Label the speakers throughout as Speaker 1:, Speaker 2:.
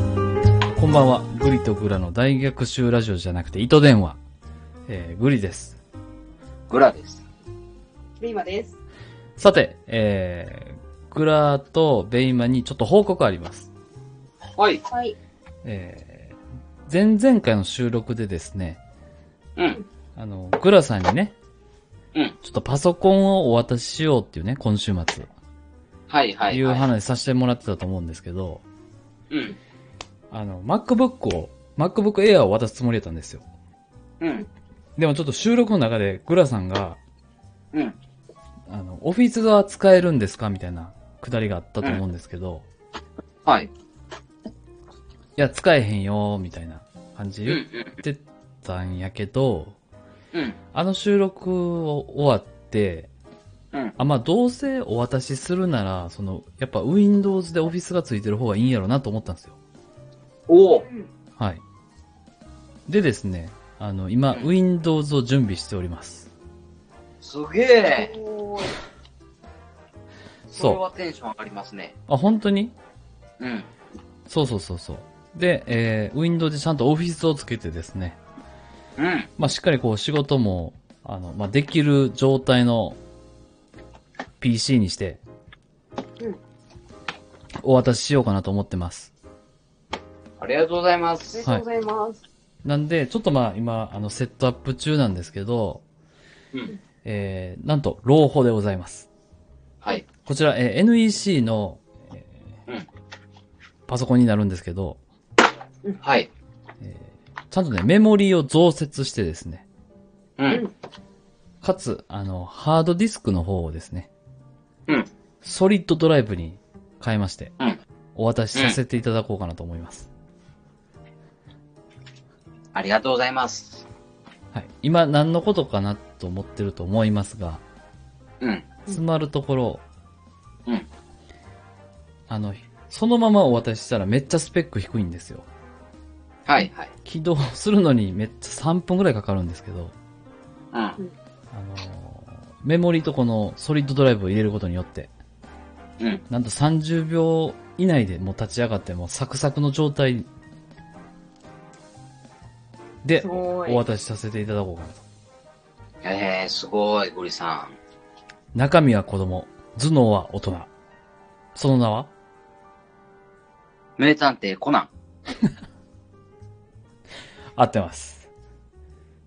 Speaker 1: こんばんは。グリとグラの大逆襲ラジオじゃなくて、糸電話。えー、グリです。
Speaker 2: グラです。
Speaker 3: ベイマです。
Speaker 1: さて、えー、グラとベイマにちょっと報告あります。
Speaker 2: はい。
Speaker 3: はい。
Speaker 1: えー、前々回の収録でですね、
Speaker 2: うん。
Speaker 1: あの、グラさんにね、
Speaker 2: うん
Speaker 1: ちょっとパソコンをお渡ししようっていうね、今週末、
Speaker 2: はいはいい、
Speaker 1: う
Speaker 2: はい。
Speaker 1: 話させてもらってたと思うんですけど、
Speaker 2: うん。
Speaker 1: あの、MacBook を、MacBook Air を渡すつもりだったんですよ。
Speaker 2: うん。
Speaker 1: でもちょっと収録の中でグラさんが、
Speaker 2: うん。
Speaker 1: あの、オフィスが使えるんですかみたいなくだりがあったと思うんですけど、
Speaker 2: はい。
Speaker 1: いや、使えへんよ、みたいな感じ
Speaker 2: うん。う
Speaker 1: 言っ
Speaker 2: ん。
Speaker 1: てたんやけど、
Speaker 2: うん。
Speaker 1: あの収録を終わって、
Speaker 2: うん
Speaker 1: あ、まあ、どうせお渡しするなら、その、やっぱ Windows でオフィスがついてる方がいいんやろなと思ったんですよ。
Speaker 2: おお
Speaker 1: はい。でですね、あの、今、
Speaker 2: うん
Speaker 1: Windows を準備しております。
Speaker 2: すげえ
Speaker 3: おー
Speaker 2: それ
Speaker 1: そう。
Speaker 2: はテンション上がりますね。
Speaker 1: あ、本当に
Speaker 2: うん。
Speaker 1: そうそうそうそう。で、えー、Windows でちゃんとオフィスをつけてですね、
Speaker 2: うん。
Speaker 1: まあ、しっかりこう仕事も、あの、まあ、できる状態の PC にして
Speaker 3: うん、
Speaker 1: お渡ししようかなと思ってます。
Speaker 2: ありがとうございま
Speaker 3: あり
Speaker 2: す。
Speaker 3: がとうございます。
Speaker 1: なんで、ちょっとまあ、今、あの、セットアップ中なんですけど、
Speaker 2: うん。
Speaker 1: えー、なんと、朗報でございます。
Speaker 2: はい。
Speaker 1: こちら、えー NEC の、えー
Speaker 2: うん
Speaker 1: パソコンになるんですけど、
Speaker 2: はい。
Speaker 1: えーちゃんとね、メモリーを増設してですね、
Speaker 2: うん。
Speaker 1: かつ、あの、ハードディスクの方をですね、
Speaker 2: うん。
Speaker 1: ソリッドドライブに変えまして、
Speaker 2: うん
Speaker 1: お渡しさせていただこうかなと思います。
Speaker 2: ありがとうございます。
Speaker 1: はい。今、何のことかなと思ってると思いますが、
Speaker 2: うん。
Speaker 1: 詰まるところ、
Speaker 2: うん
Speaker 1: あの、そのままお渡ししたらめっちゃスペック低いんですよ。
Speaker 2: はいはい。
Speaker 1: 起動するのにめっちゃ3分くらいかかるんですけど、
Speaker 2: うん。
Speaker 1: あのーメモリとこのソリッドドライブを入れることによって、
Speaker 2: うん。
Speaker 1: なんと30秒以内でもう立ち上がってもうサクサクの状態です
Speaker 3: ごい
Speaker 1: お渡しさせていただこうかなと。
Speaker 2: えー、すごい、ゴリさん。
Speaker 1: 中身は子供、頭脳は大人。その名は
Speaker 2: 名探偵コナン。
Speaker 1: 合ってます。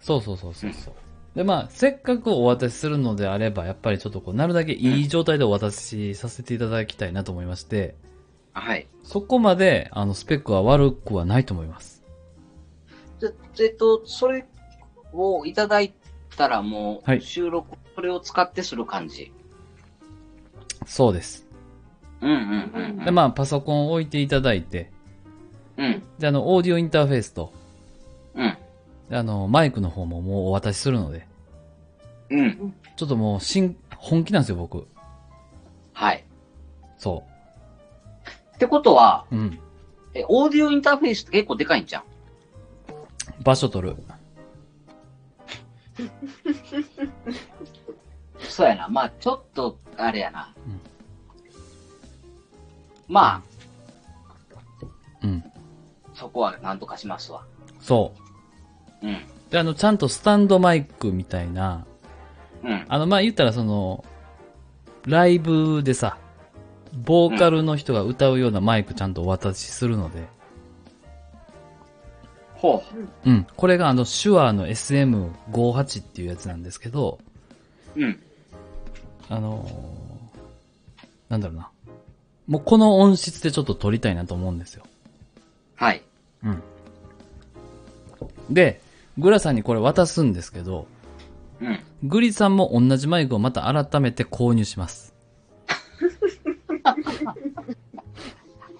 Speaker 1: そうそうそうそうそう。で、まあ、せっかくお渡しするのであれば、やっぱりちょっとこう、なるだけいい状態でお渡しさせていただきたいなと思いまして、
Speaker 2: はい。
Speaker 1: そこまで、あの、スペックは悪くはないと思います。
Speaker 2: えっと、それをいただいたらも
Speaker 1: は
Speaker 2: う、
Speaker 1: い
Speaker 2: 収録、それを使ってする感じ。
Speaker 1: そうです。
Speaker 2: うんうんうん。
Speaker 1: で、まあ、パソコンを置いていただいて、
Speaker 2: あ。うん。
Speaker 1: で、あの、オーディオインターフェースと、
Speaker 2: うん。
Speaker 1: であの、マイクの方ももうお渡しするので、
Speaker 2: うん。
Speaker 1: ちょっともう、新、本気なんですよ、僕。
Speaker 2: はい。
Speaker 1: そ
Speaker 2: ってことは、
Speaker 1: う。うん。
Speaker 2: え、オーディオインターフェースって結構でかいんじゃん。
Speaker 1: 場所取る。
Speaker 2: そうやな。まあちょっと、あれやな。
Speaker 1: うん
Speaker 2: ま
Speaker 1: うん。
Speaker 2: あそこはなんとかしますわ。
Speaker 1: そ
Speaker 2: うん。
Speaker 1: う。で、あの、ちゃんとスタンドマイクみたいな、
Speaker 2: うん。
Speaker 1: あの、まあ、言ったらその、ライブでさ、ボーカルの人が歌うようなマイクちゃんとお渡しするので、
Speaker 2: ほ
Speaker 1: うん。これがあの、手話の SM58 っていうやつなんですけど、
Speaker 2: う。うん。
Speaker 1: あのーなんだろうな。もうこの音質でちょっと撮りたいなと思うんですよ。
Speaker 2: はい。
Speaker 1: うん。で、グラさんにこれ渡すんですけど、
Speaker 2: うん。
Speaker 1: グリさんも同じマイクをまた改めて購入します。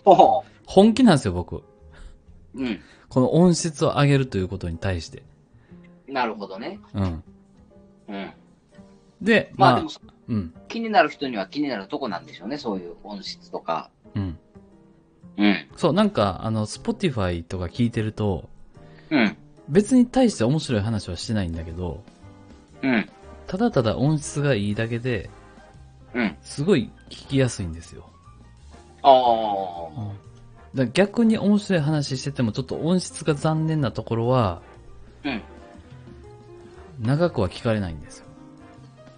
Speaker 2: ほ
Speaker 1: 本気なんですよ、僕。
Speaker 2: う。うん。
Speaker 1: この音質を上げるということに対して。
Speaker 2: なるほどね。
Speaker 1: うん。
Speaker 2: うん。
Speaker 1: で、
Speaker 2: まあ、
Speaker 1: まあ
Speaker 2: でも、、そ
Speaker 1: うん、
Speaker 2: 気になる人には気になるとこなんでしょうね。そういう音質とか。
Speaker 1: うん。
Speaker 2: うん。
Speaker 1: そう、なんか、あの、スポティファイとか聞いてると、
Speaker 2: うん。
Speaker 1: 別に対して面白い話はしてないんだけど、
Speaker 2: うん。
Speaker 1: ただただ音質がいいだけで、
Speaker 2: うん。
Speaker 1: すごい聞きやすいんですよ。
Speaker 2: ああ。
Speaker 1: だから逆に面白い話してても、ちょっと音質が残念なところは、
Speaker 2: うん。
Speaker 1: 長くは聞かれないんですよ。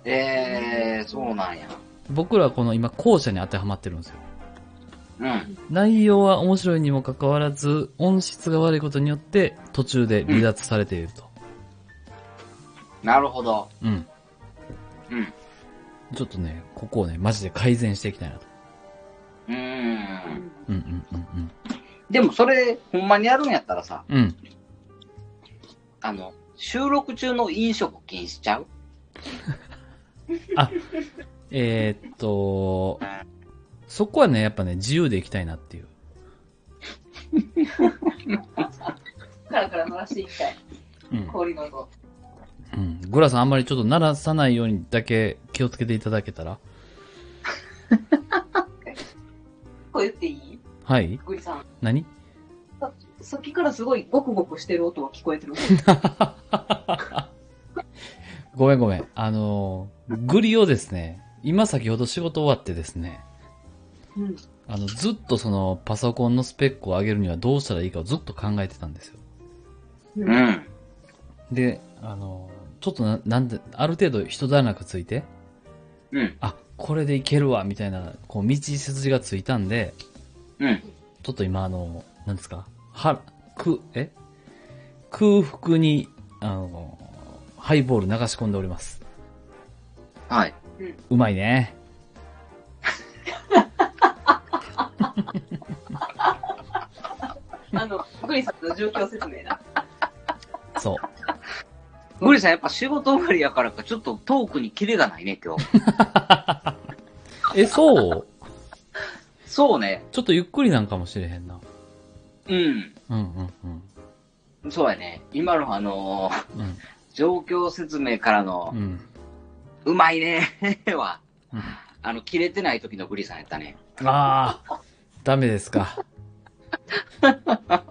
Speaker 2: えー、そうなんや。
Speaker 1: 僕らはこの今、後者に当てはまってるんですよ。
Speaker 2: うん。
Speaker 1: 内容は面白いにもかかわらず、音質が悪いことによって、途中で離脱されていると。
Speaker 2: なるほど。
Speaker 1: うん。
Speaker 2: うん。
Speaker 1: ちょっとね、ここをね、マジで改善していきたいなと。
Speaker 2: うーん。
Speaker 1: うんうんうん
Speaker 2: でもそれ、ほんまにやるんやったらさ、
Speaker 1: うん。うん。
Speaker 2: あの、収録中の飲食禁止しちゃう
Speaker 1: えーっと、そこはね、やっぱね、自由でいきたいなっていう。
Speaker 3: カラカラ鳴らしていきたい。
Speaker 1: うん。
Speaker 3: 氷の音。
Speaker 1: うん。グラさんあんまりちょっと鳴らさないようにだけ気をつけていただけたら
Speaker 3: これ言っていい
Speaker 1: はい
Speaker 3: グリさん。
Speaker 1: 何
Speaker 3: ささっきからすごいゴクゴクしてる音が聞こえてる。
Speaker 1: ごめんごめん。あのー、グリをですね、今先ほど仕事終わってですね、
Speaker 3: うん。
Speaker 1: あの、ずっとそのパソコンのスペックを上げるにはどうしたらいいかをずっと考えてたんですよ。
Speaker 3: う。
Speaker 2: うんん。
Speaker 1: で、あのー、ちょっとな、なんで、ある程度人段落ついて、
Speaker 2: うん。
Speaker 1: あ、これでいけるわ、みたいな、こう、道筋がついたんで、
Speaker 2: うん。
Speaker 1: ちょっと今あの、なんですか、は、く、え空腹に、あの、ハイボール流し込んでおります。
Speaker 2: はい。
Speaker 1: うまいね。
Speaker 3: あの、グリさんの状況説明な。
Speaker 1: そう。
Speaker 2: グリさんやっぱ仕事終わりやからか、ちょっとトークにキレがないね、 今日。
Speaker 1: え、そう
Speaker 2: そうね。
Speaker 1: ちょっとゆっくりなんかもしれへんな。
Speaker 2: うん。
Speaker 1: うんうんうん。
Speaker 2: そうやね。今のあのー
Speaker 1: うん
Speaker 2: 状況説明からの
Speaker 1: う、ん。
Speaker 2: うまいね は、
Speaker 1: うん
Speaker 2: あの、切れてない時のグリさんやったね。
Speaker 1: ああ、ダメですか。 今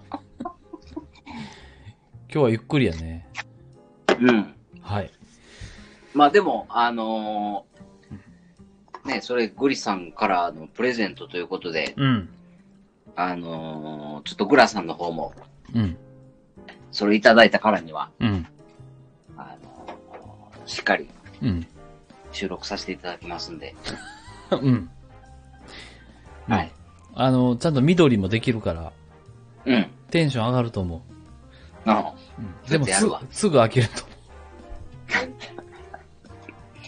Speaker 1: 日はゆっくりやね。
Speaker 2: うん。
Speaker 1: はい。
Speaker 2: まあでも、あのーね、それグリさんからのプレゼントということで、
Speaker 1: うん。
Speaker 2: あのーちょっとグラさんの方も、
Speaker 1: うん。
Speaker 2: それいただいたからには、
Speaker 1: うん。
Speaker 2: あのーしっかり
Speaker 1: うん。
Speaker 2: 収録させていただきますんで。
Speaker 1: うん。
Speaker 2: はい。
Speaker 1: あの、ちゃんと緑もできるから、
Speaker 2: うん。
Speaker 1: テンション上がると思う。
Speaker 2: なるほど
Speaker 1: うん
Speaker 2: ち
Speaker 1: で
Speaker 2: ょっ
Speaker 1: も
Speaker 2: とや
Speaker 1: す
Speaker 2: るわ
Speaker 1: すぐ飽きると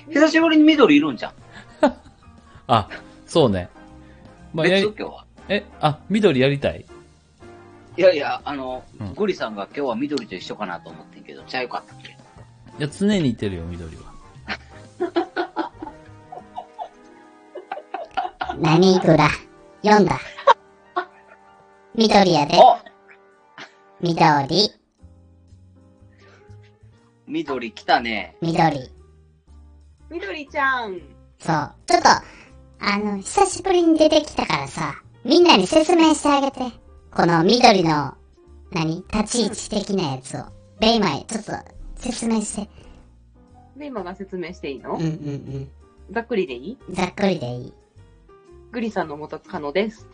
Speaker 1: 思
Speaker 2: 久しぶりに緑いるんじゃん。
Speaker 1: う。あ、そうね。まあ、や
Speaker 2: 別
Speaker 1: り
Speaker 2: 今日は。
Speaker 1: え、あ、緑やりたい
Speaker 2: いやいや、あの、
Speaker 1: うん
Speaker 2: グリさんが今日は緑と一緒かなと思ってんけど、ちゃうかったっけ
Speaker 1: いや、常にいてるよ、緑は。
Speaker 4: 何グラ読んだ。緑やで。
Speaker 2: あ
Speaker 4: 緑、
Speaker 2: 緑来たね。
Speaker 4: 緑。
Speaker 3: みどりちゃん。
Speaker 4: そう。ちょっと、あの、久しぶりに出てきたからさ、みんなに説明してあげて。この緑の、何立ち位置的なやつを。ベイマイ、ちょっと、説明して。
Speaker 3: で、今が説明していいの
Speaker 4: うんうん
Speaker 3: ざっくりでいい
Speaker 4: うん。ざっくりでいい。
Speaker 3: グリさんの元カノです。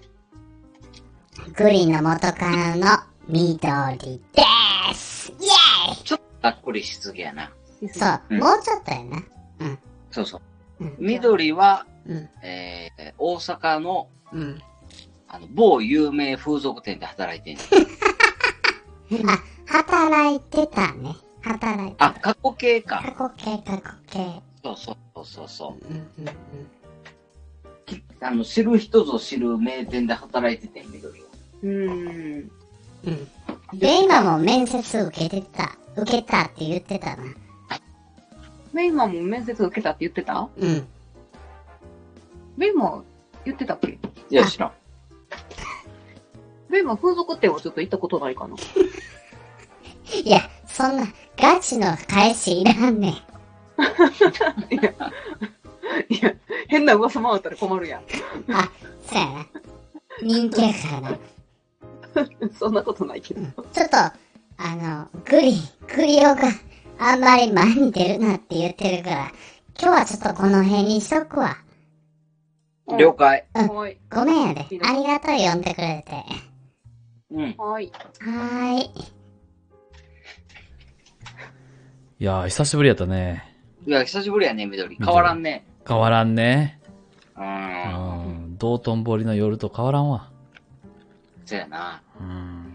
Speaker 4: グリの元カノの緑でーすイェーイ
Speaker 2: ちょっとざっくりしすぎやな。
Speaker 4: そう、
Speaker 2: うん
Speaker 4: もうちょっとやな。
Speaker 2: そうそう。
Speaker 4: うん。
Speaker 2: 緑は、
Speaker 4: うん。
Speaker 2: えー、大阪の
Speaker 4: うん。
Speaker 2: あの某有名風俗店で働いてん ねん
Speaker 4: あ、働いてたね。働いて
Speaker 2: あ、過去形
Speaker 4: 過
Speaker 2: か。
Speaker 4: 去形、過去形。
Speaker 2: そうそうそうそう。
Speaker 4: うんうんうん。
Speaker 2: あの、知る人ぞ知る名店で働いててん、緑は。
Speaker 3: うーん。
Speaker 4: うん。で、今も面接受けてた。受けたって言ってたな。
Speaker 3: ベイマも面接受けたって言ってた
Speaker 4: うん。
Speaker 3: ベイマ言ってたっけ
Speaker 2: いや、知らん。
Speaker 3: ベイマ風俗店はちょっと行ったことないかな。
Speaker 4: いや、そんな、ガチの返しいらんねん。
Speaker 3: いや、変な噂回ったら困るやん。
Speaker 4: そやな。人気やからな。
Speaker 3: そんなことないけど。
Speaker 4: ちょっと、あの、グリ、グリオがあんまり前に出るなって言ってるから、今日はちょっとこの辺にしとくわ。
Speaker 2: 了解。
Speaker 3: はい。
Speaker 4: ごめんやで。ありがとう、呼んでくれて。
Speaker 2: うん。
Speaker 3: はい。
Speaker 4: はーい。
Speaker 1: いやー、久しぶりやったね。
Speaker 2: いや、久しぶりやね、緑。変わらんね。
Speaker 1: 変わらんね。
Speaker 2: う。
Speaker 1: うんん。道頓堀の夜と変わらんわ。
Speaker 2: そうやな。
Speaker 1: うん。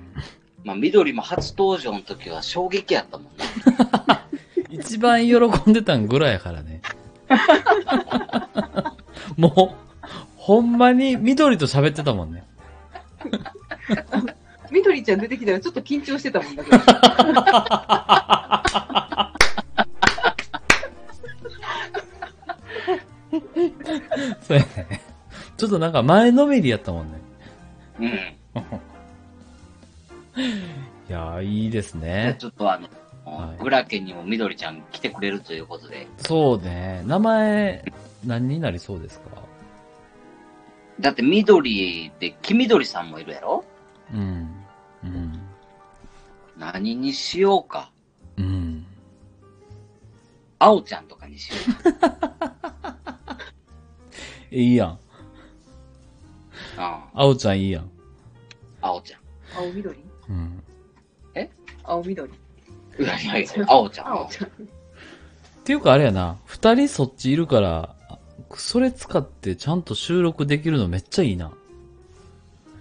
Speaker 2: まあ、緑も初登場の時は衝撃やったもんね。
Speaker 1: 一番喜んでたんぐらいやから ね。もう、ほんまに緑と喋ってたもんね。
Speaker 3: みどりちゃん出てきたらちょっと緊張してたもんだ けど。
Speaker 1: そうやね。ちょっとなんか前のめりやったもんね。
Speaker 2: うん。
Speaker 1: いやー、いいですね。
Speaker 2: ちょっとあの、
Speaker 1: はい
Speaker 2: グラケンにも緑ちゃん来てくれるということで。
Speaker 1: そうね。名前、何になりそうですか
Speaker 2: だって緑で、黄緑さんもいるやろ
Speaker 1: うん。うん。
Speaker 2: 何にしようか。
Speaker 1: うん。
Speaker 2: 青ちゃんとかにしよ
Speaker 1: いいやん。
Speaker 2: う。うん。
Speaker 1: あおちゃんいいやん。
Speaker 2: 青ちゃ
Speaker 3: 青緑
Speaker 1: うん。
Speaker 3: 青緑。
Speaker 2: ん。いやいやいや、青ちゃん。
Speaker 3: 青ちゃん。
Speaker 1: っていうかあれやな、二人そっちいるから、あそれ使ってちゃんと収録できるのめっちゃいいな。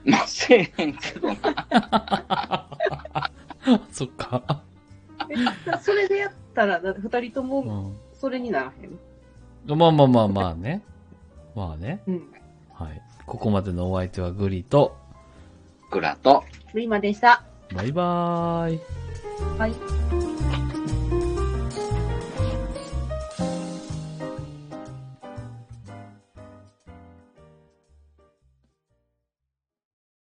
Speaker 2: まあ、せえへんけどな。
Speaker 1: そっか。
Speaker 3: えそれでやったら、だって二人と
Speaker 1: う
Speaker 3: も
Speaker 1: ん。
Speaker 3: それにならへん。
Speaker 1: まあまあまあまあね。まあね。
Speaker 3: うん。
Speaker 1: はい。ここまでのお相手はグリと、
Speaker 2: グラと、
Speaker 3: ルイマでした。
Speaker 1: バイバーイ。
Speaker 3: はい。